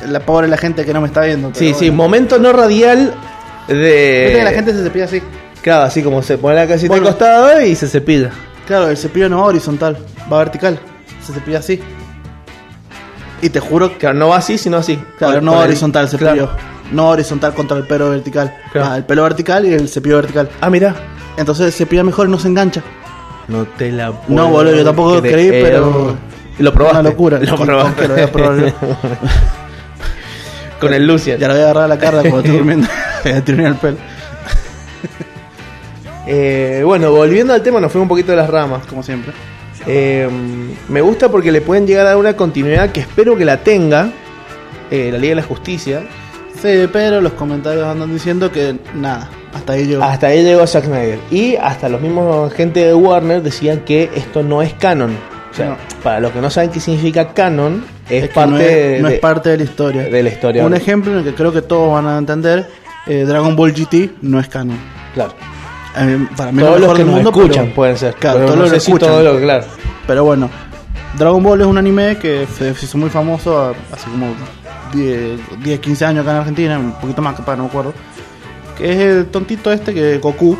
S2: la pobre la gente que no me está viendo. pero
S1: Sí, sí, eh.
S2: bueno.
S1: momento no radial de.
S2: Viste que la gente se cepilla así.
S1: Claro, así como se pone la casita
S2: Bueno.
S1: al costado y se cepilla.
S2: Claro, el cepillo no va horizontal, va vertical. Se cepilla así. Y te juro que.
S1: Claro, no va así, sino así.
S2: Claro,
S1: Con-
S2: no
S1: con el-
S2: horizontal el cepillo.
S1: claro.
S2: No horizontal contra el pelo vertical.
S1: Claro.
S2: Ah, el pelo vertical y el cepillo vertical.
S1: Ah, mirá.
S2: Entonces el cepillo mejor y no se engancha.
S1: No te la
S2: No,
S1: puedo
S2: boludo, yo tampoco lo creí,
S1: creer.
S2: pero-
S1: Lo probaste.
S2: Una
S1: [laughs]
S2: locura.
S1: Lo
S2: Con-
S1: probaste.
S2: con que lo voy a probar
S1: [laughs] Con el Lucian.
S2: Ya le voy a agarrar la cara cuando
S1: [laughs]
S2: estoy durmiendo. [laughs] Le voy a tirar el pelo.
S1: Eh, bueno, volviendo al tema, nos fuimos un poquito de las ramas.
S2: Como siempre.
S1: Eh, me gusta porque le pueden llegar a dar una continuidad que espero que la tenga. eh, la Liga de la Justicia.
S2: Sí, pero los comentarios andan diciendo que nada. Hasta ahí yo.
S1: Hasta ahí llegó Zack Snyder. Y hasta los mismos gente de Warner decían que esto no es canon. O sea,
S2: No.
S1: para los que no saben qué significa canon, es,
S2: Es que
S1: parte
S2: no, es, no
S1: de-
S2: es parte de la historia.
S1: de la historia.
S2: Un ejemplo en el que creo que todos van a entender: eh, Dragon Ball GT no es canon.
S1: Claro.
S2: Eh, para mí
S1: Todos
S2: lo
S1: los
S2: mejor
S1: que
S2: del
S1: nos
S2: mundo,
S1: escuchan
S2: pero-
S1: pueden ser.
S2: Claro,
S1: Pero
S2: todos
S1: no
S2: los
S1: sé
S2: que
S1: si
S2: escuchan.
S1: todo lo- claro.
S2: Pero bueno, Dragon Ball es un anime que se se hizo muy famoso a- hace como 10, 10, 15 años acá en Argentina, un poquito más capaz, no me acuerdo. Que es el tontito este que Goku,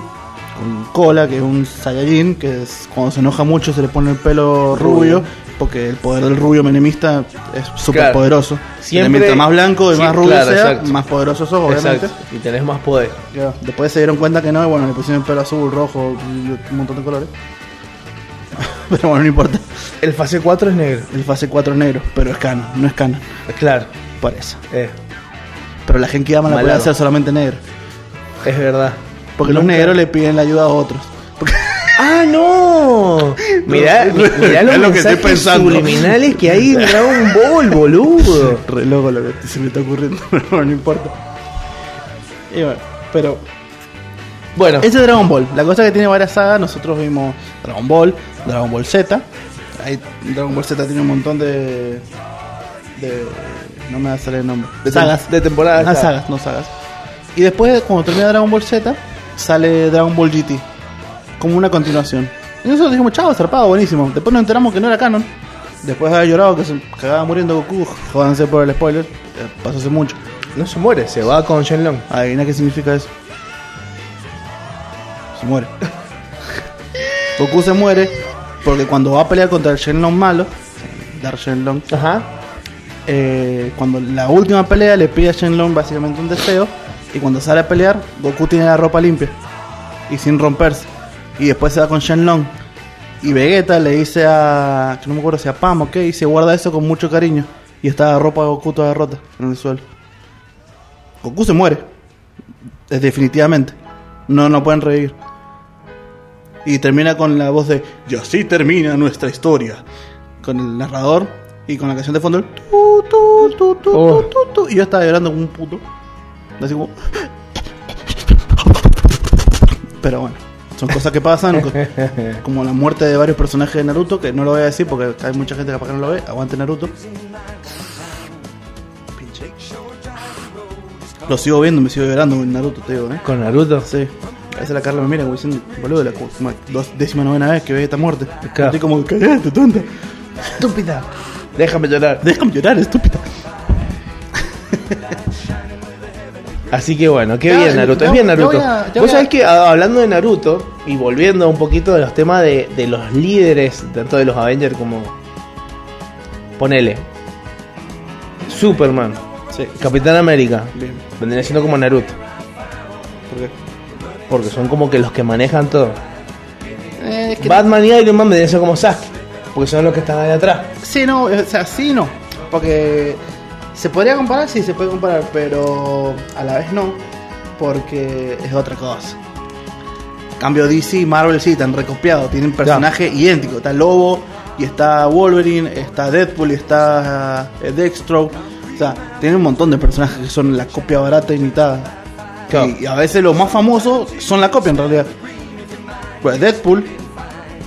S2: con cola, que es un Saiyajin, que es- cuando se enoja mucho se le pone el pelo rubio,
S1: Rubio.
S2: porque el poder del rubio menemista es súper poderoso.
S1: Siempre-
S2: Mientras más blanco y
S1: sí,
S2: más rubio
S1: claro,
S2: sea,
S1: exacto.
S2: más poderoso sos, obviamente.
S1: Exacto. Y tenés más poder.
S2: Ya, Después se dieron cuenta que no, y bueno, le pusieron el pelo azul, rojo, y un montón de colores. [laughs] pero bueno, no importa.
S1: El fase 4 es negro.
S2: El fase 4 es negro, pero es canon, no es canon,
S1: Claro,
S2: por eso.
S1: eh,
S2: Pero la gente que ama la puede
S1: Malado.
S2: hacer solamente negro.
S1: es verdad.
S2: Porque los
S1: Nunca-
S2: negros le piden la ayuda a otros. [laughs] Porque
S1: ¡Ah, no! [laughs] Mirá,
S2: No,
S1: mi- mirá los
S2: es lo que estoy
S1: mensajes
S2: pensando.
S1: subliminales que hay en Dragon Ball,
S2: [laughs]
S1: boludo.
S2: Re loco lo que se me está ocurriendo, [laughs] pero bueno, no importa. Y bueno, pero.
S1: Bueno,
S2: Ese es Dragon Ball. La cosa que tiene varias sagas, nosotros vimos Dragon Ball, Dragon Ball Z. Ahí Dragon Ball Z tiene un montón de. de no me va a salir el nombre.
S1: de, tem-
S2: sagas.
S1: de temporada.
S2: Ah, sagas, no sagas. Y después, cuando termina Dragon Ball Z, sale Dragon Ball GT. Como una continuación. Y nosotros dijimos, chavo, zarpado, buenísimo. Después nos enteramos que no era canon. Después de haber llorado que se cagaba muriendo Goku, jódanse por el spoiler. eh, Pasó hace mucho.
S1: No se muere, se va con Shenlong.
S2: Adivina qué significa eso. Se muere. [laughs] Goku se muere porque cuando va a pelear contra el Shenlong malo, Dark Shenlong,
S1: Ajá.
S2: eh, cuando la última pelea le pide a Shenlong básicamente un deseo y cuando sale a pelear Goku tiene la ropa limpia y sin romperse y después se va con Shenlong y Vegeta le dice a que no me acuerdo si a Pam o qué y se guarda eso con mucho cariño y está la ropa de Goku toda rota en el suelo Goku se muere es definitivamente no no pueden revivir y termina con la voz de y así termina nuestra historia con el narrador y con la canción de fondo el tu, tu, tu, tu,
S1: Oh.
S2: tu, tu, tu. y yo estaba llorando como un puto así como [laughs] pero bueno son cosas que pasan co- como la muerte de varios personajes de Naruto que no lo voy a decir porque hay mucha gente que capaz que no lo ve aguante Naruto Pinche. lo sigo viendo me sigo llorando con Naruto te digo eh
S1: Con Naruto.
S2: Sí. A veces la Carla me mira como diciendo, boludo, la cu- ma- dos, décima novena vez que ve esta muerte.
S1: Claro.
S2: Estoy como, callate, tonta.
S1: Estúpida. Déjame llorar.
S2: Déjame llorar, estúpida.
S1: Así que bueno, qué
S2: Ya,
S1: bien Naruto, es
S2: no,
S1: bien
S2: ya
S1: Naruto.
S2: voy a- ya voy
S1: Vos
S2: a-
S1: sabés que a- hablando de Naruto y volviendo un poquito de los temas de, de los líderes tanto de los Avengers como ponele Superman,
S2: Sí.
S1: Capitán América,
S2: Bien.
S1: vendría siendo como Naruto,
S2: ¿Por qué?
S1: porque son como que los que manejan todo.
S2: Eh, es que
S1: Batman y Iron Man vendrían siendo como Sasuke, porque son los que están ahí atrás.
S2: sí, no, o sea, sí, no. Porque se podría comparar, sí, se puede comparar, pero a la vez no. Porque es otra cosa. Cambio DC y Marvel sí, están recopiados, tienen personajes idénticos. Está Lobo, y está Wolverine, está Deadpool, y está eh, Deathstroke. O sea, tienen un montón de personajes que son la copia barata imitada.
S1: Claro.
S2: Y, y a veces los más famosos son la copia en realidad. Pues Deadpool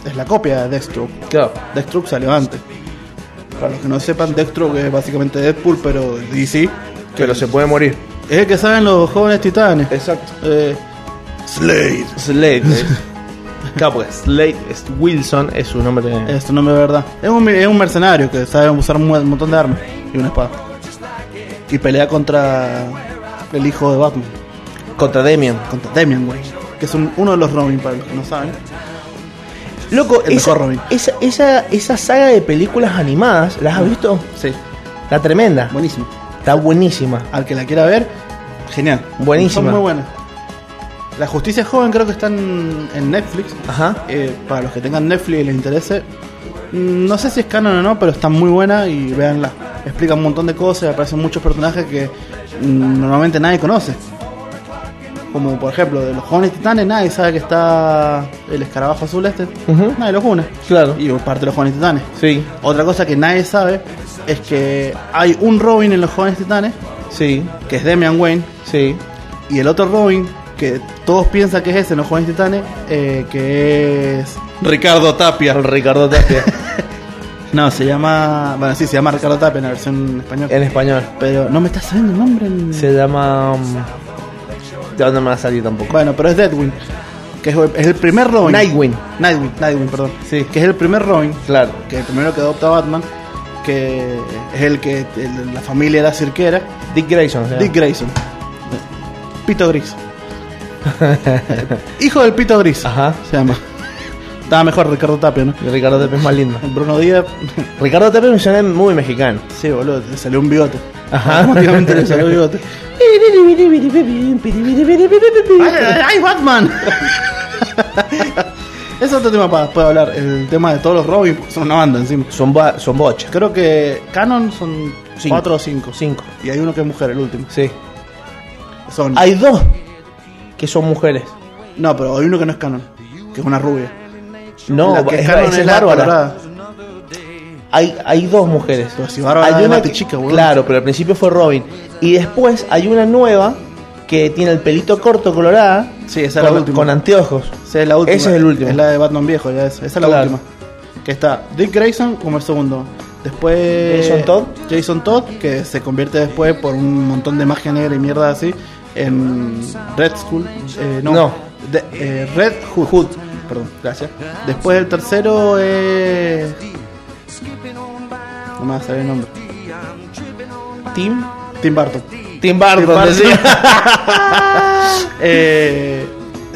S2: es la copia de Deathstroke.
S1: Claro,
S2: Deathstroke salió antes. Para los que no sepan, Deathstroke es básicamente Deadpool, pero DC.
S1: pero se puede morir.
S2: Es el que saben los jóvenes titanes.
S1: Exacto.
S2: Eh, Slade.
S1: Slade. eh. [laughs] claro, porque Slade es- Wilson es su nombre.
S2: Esto no me es verdad. Es un, es un mercenario que sabe usar un mu- montón de armas y una espada. Y pelea contra el hijo de Batman,
S1: Contra Demian.
S2: contra Damian Wayne, que es un- uno de los Robin para los que no saben.
S1: Loco,
S2: El
S1: esa,
S2: mejor Robin.
S1: Esa, esa, esa saga de películas animadas, ¿las
S2: Mm.
S1: has visto?
S2: Sí,
S1: Está tremenda.
S2: buenísimo.
S1: Está buenísima.
S2: Al que la quiera ver, genial.
S1: Buenísima.
S2: Son muy buenas. La Justicia Joven creo que está en, en Netflix.
S1: Ajá.
S2: Eh, para los que tengan Netflix y les interese, mm, no sé si es canon o no, pero está muy buena y véanla. Explica un montón de cosas, aparecen muchos personajes que mm, normalmente nadie conoce. Como por ejemplo, de los jóvenes titanes, nadie sabe que está el escarabajo azul este.
S1: Ujú.
S2: Nadie lo une.
S1: Claro.
S2: Y parte de los jóvenes titanes.
S1: Sí,
S2: Otra cosa que nadie sabe es que hay un Robin en los jóvenes titanes,
S1: sí,
S2: que es Damian Wayne,
S1: sí.
S2: y el otro Robin, que todos piensan que es ese en los jóvenes titanes, eh, que es [laughs] Ricardo Tapia.
S1: Ricardo [laughs] Tapia.
S2: No, se llama. Bueno, sí, se llama Ricardo Tapia en la versión en español.
S1: en español.
S2: Pero no me está saliendo el nombre. en-
S1: Se llama. um, Ya no me va a salir tampoco.
S2: Bueno, pero es Deadwin. Que es, es el primer Robin.
S1: Nightwing.
S2: Nightwing, Nightwing, perdón.
S1: Sí.
S2: Que es el primer Robin.
S1: Claro.
S2: Que el primero que adopta Batman. Que es el que el- la familia era cirquera.
S1: Dick Grayson. se llama.
S2: Dick Grayson.
S1: [laughs]
S2: Pito Gris. Hijo del Pito Gris.
S1: Ajá.
S2: Se llama. Estaba mejor Ricardo Tapia, ¿no?
S1: Y Ricardo Tapia es más
S2: [laughs]
S1: lindo.
S2: Bruno Díaz.
S1: Ricardo Tapia es un channel muy mexicano.
S2: Sí, boludo, le salió un bigote.
S1: Ajá.
S2: Automáticamente le salió
S1: [laughs]
S2: un bigote. ¡Ay, ay, ay, Batman! [laughs] Es otro tema para después hablar. El tema de todos los Robin, porque son una banda encima.
S1: Son, ba- son bochas.
S2: Creo que Canon son
S1: Cinco.
S2: 4 o 5.
S1: Cinco.
S2: Y hay uno que es mujer, el último.
S1: Sí.
S2: Son.
S1: Hay dos que son mujeres.
S2: No, pero hay uno que no es Canon, que es una rubia.
S1: No,
S2: La que
S1: es,
S2: Canon
S1: esa es
S2: la
S1: Bárbara.
S2: colorada.
S1: Hay, hay dos mujeres.
S2: Pero si Bárbara
S1: hay
S2: era
S1: una
S2: la
S1: que-
S2: chica, boludo.
S1: Claro, pero al principio fue Robin. Y después hay una nueva que tiene el pelito corto colorada.
S2: Sí, esa es la
S1: con,
S2: última.
S1: con anteojos.
S2: Esa es la última.
S1: Ese es el último.
S2: Es la de Batman viejo, ya es. Esa es la
S1: Claro.
S2: última. Que está Dick Grayson como el segundo. Después.
S1: Jason Todd.
S2: Jason Todd, que se convierte después por un montón de magia negra y mierda así. En Red School. eh, no.
S1: No.
S2: De- eh, Red Hood. Hood, Perdón, gracias. Después el tercero es. No me va a salir el nombre.
S1: Tim.
S2: Tim Burton.
S1: Tim Burton.
S2: Tim Burton.
S1: decía.
S2: [laughs] Eh,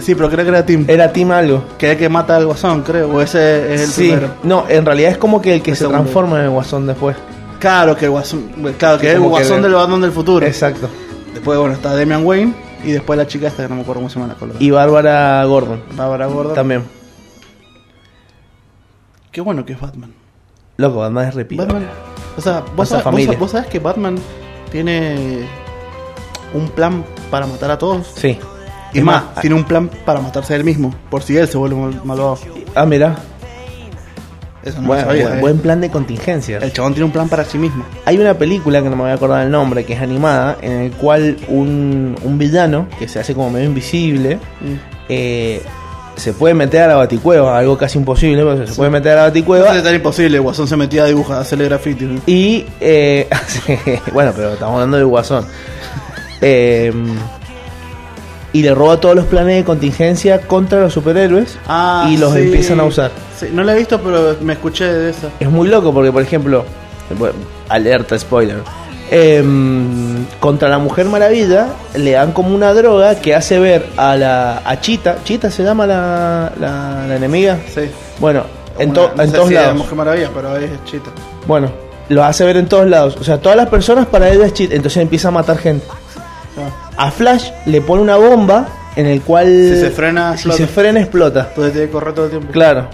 S2: sí, pero creo que era Tim.
S1: [laughs] Era Tim algo.
S2: Que es el que mata al guasón, creo. O ese es el
S1: sí.
S2: primero.
S1: No, en realidad es como que el que
S2: El
S1: se
S2: segundo.
S1: transforma en el guasón después.
S2: Claro que el guasón, pues, claro que es el
S1: Como que
S2: guasón
S1: el-
S2: del Batman del futuro.
S1: Exacto.
S2: Después, bueno, está Damian Wayne y después la chica esta que no me acuerdo cómo se llama la color.
S1: Y Bárbara Gordon.
S2: Bárbara Gordon.
S1: También.
S2: Qué bueno que es Batman.
S1: Loco, además es repito.
S2: Batman. O sea, vos,
S1: Esa
S2: sabés- vos
S1: familia.
S2: sa- vos sabés que Batman tiene un plan para matar a todos.
S1: Sí.
S2: Y más, tiene un plan para matarse a él mismo, por si él se vuelve mal- malvado.
S1: Ah, mira.
S2: Eso no
S1: Bueno,
S2: lo sabía.
S1: buen,
S2: eh.
S1: buen plan de contingencia.
S2: El chabón tiene un plan para sí mismo.
S1: Hay una película que no me voy a acordar el nombre, que es animada, en el cual un, un villano, que se hace como medio invisible, eh, se puede meter a la baticueva, algo casi imposible, pero se puede meter a la
S2: No
S1: baticueva.
S2: es tan imposible, Guasón se metía a dibujar, a hacerle graffiti. ¿no?
S1: Y, eh, [laughs] bueno, pero estamos hablando del guasón.
S2: [laughs]
S1: Em, y le roba todos los planes de contingencia contra los superhéroes y los
S2: Ah, sí.
S1: empiezan a usar.
S2: Sí, No la he visto, pero me escuché de esa.
S1: Es muy loco porque, por ejemplo, bueno, alerta spoiler. em, contra la Mujer Maravilla le dan como una droga que hace ver a la a Chita, Chita se llama la, la, la enemiga.
S2: Sí.
S1: Bueno, en, to-
S2: Una- no
S1: en
S2: sé
S1: todos
S2: si
S1: lados.
S2: es Mujer Maravilla, pero es chita.
S1: Bueno, lo hace ver en todos lados. O sea, todas las personas para ella es Chita, entonces empieza a matar gente.
S2: Ah,
S1: A Flash le pone una bomba en el cual
S2: Si se frena,
S1: si
S2: explota.
S1: se frena explota.
S2: Entonces tiene que correr todo el tiempo.
S1: Claro.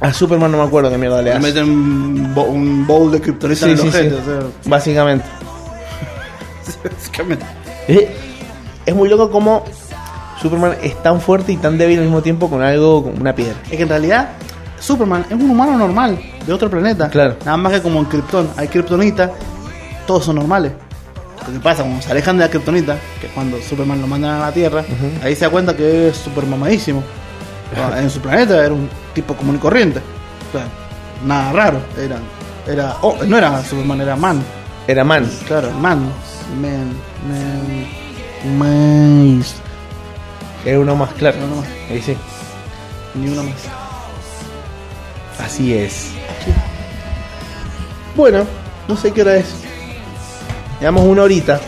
S1: A Superman no me acuerdo qué mierda le
S2: Le
S1: hace.
S2: meten un, bo- un bowl de kriptonita
S1: Sí,
S2: en el
S1: sí,
S2: ojete.
S1: sí.
S2: O sea,
S1: Básicamente.
S2: [laughs] básicamente.
S1: Eh, Es muy loco como Superman es tan fuerte y tan débil al mismo tiempo con algo, con una piedra.
S2: Es que en realidad, Superman es un humano normal de otro planeta.
S1: Claro.
S2: Nada más que como en Krypton hay kriptonita, todos son normales. Lo que pasa, cuando se alejan de la kriptonita, que es cuando Superman lo mandan a la Tierra,
S1: Ujú.
S2: ahí se da cuenta que es super mamadísimo. Ah, en su planeta era un tipo común y corriente. O sea, nada raro. Era, era, oh, no era Superman, era Man.
S1: Era man.
S2: Claro, man. Man. Man. Mais.
S1: Era uno más, claro.
S2: Era uno más.
S1: Ahí sí.
S2: Ni uno más.
S1: Así es. Bueno, no sé qué hora es. Llevamos una horita.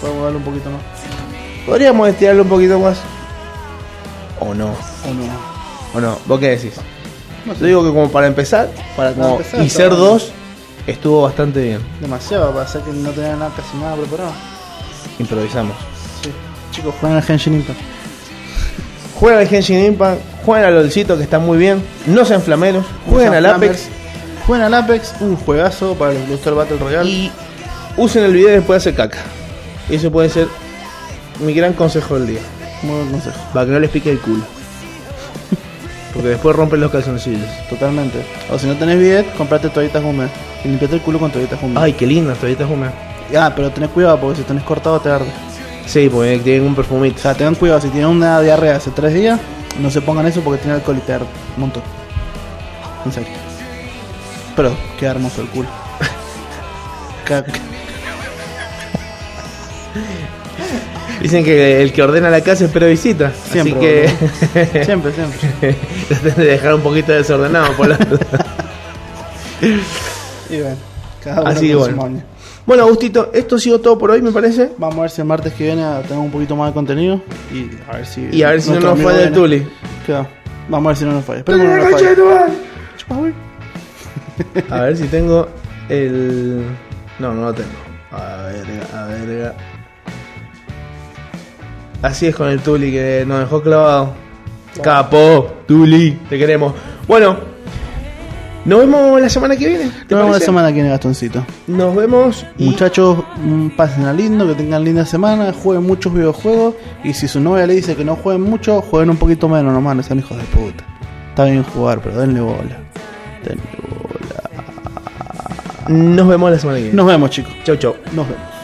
S2: Podemos darle un poquito más.
S1: Podríamos estirarlo un poquito más. O no.
S2: O no.
S1: O no. ¿Vos qué decís?
S2: No sé.
S1: Yo digo que como para empezar, para
S2: Para
S1: como
S2: empezar,
S1: y ser
S2: está
S1: dos, estuvo bastante bien.
S2: Demasiado, para ser que no tenía nada, casi nada preparado.
S1: Improvisamos.
S2: Sí. Chicos, juegan al Genshin Impact.
S1: Juegan al Genshin Impact, juegan al LOLcito que está muy bien, no sean flameros, jueguen
S2: Usan
S1: al Apex
S2: Flammers. Juegan al Apex, un juegazo para los que gustó el Battle Royale.
S1: y usen el video después de hacer caca. Eso puede ser mi gran consejo del día.
S2: Muy buen consejo.
S1: Para que no les pique el culo. [laughs] Porque después rompen los calzoncillos.
S2: Totalmente. O si no tenés bidet, comprate toallitas húmedas. Y limpiate el culo con toallitas húmedas.
S1: Ay, qué linda, toallitas húmedas.
S2: Ah, pero tenés cuidado porque si tenés cortado te arde.
S1: Sí, porque tienen un
S2: O
S1: perfumito.
S2: sea, tengan cuidado, si tienen una diarrea hace tres días, no se pongan eso porque tiene alcohol y te arde un montón. En serio. Pero queda hermoso
S1: [laughs]
S2: el culo. Ca-
S1: Dicen que el que ordena la casa espera visita.
S2: Siempre,
S1: así que
S2: siempre, siempre.
S1: [laughs] traten de dejar un poquito desordenado por la- [laughs]
S2: Y bueno, cada uno
S1: Así que
S2: con su
S1: bueno.
S2: moño.
S1: Bueno, Agustito, esto ha sido todo por hoy, me parece.
S2: Vamos a ver si el martes que viene tenemos un poquito más de contenido y a ver si.
S1: Y a ver si no
S2: nuestro
S1: nos
S2: amigo
S1: falla el
S2: viene.
S1: Tuli.
S2: Claro. Vamos a ver si no nos falla. Espero que no nos falle. Chupa, güey.
S1: [laughs] A ver si tengo el. No, no lo tengo. A ver, a ver. Así es con el Tuli que nos dejó clavado. Capo, Tuli, te queremos. Bueno, nos vemos la semana que viene. ¿te
S2: Nos vemos la
S1: parece?
S2: semana que viene, Gastoncito.
S1: Nos vemos. y-
S2: Muchachos, mm, pásenla lindo, que tengan linda semana, jueguen muchos videojuegos y si su novia le dice que no jueguen mucho, jueguen un poquito menos nomás, no sean hijos de puta. Está bien jugar, pero denle bola. Denle bola.
S1: Nos vemos la semana que viene.
S2: Nos vemos chicos,
S1: Chau, chau.
S2: nos vemos.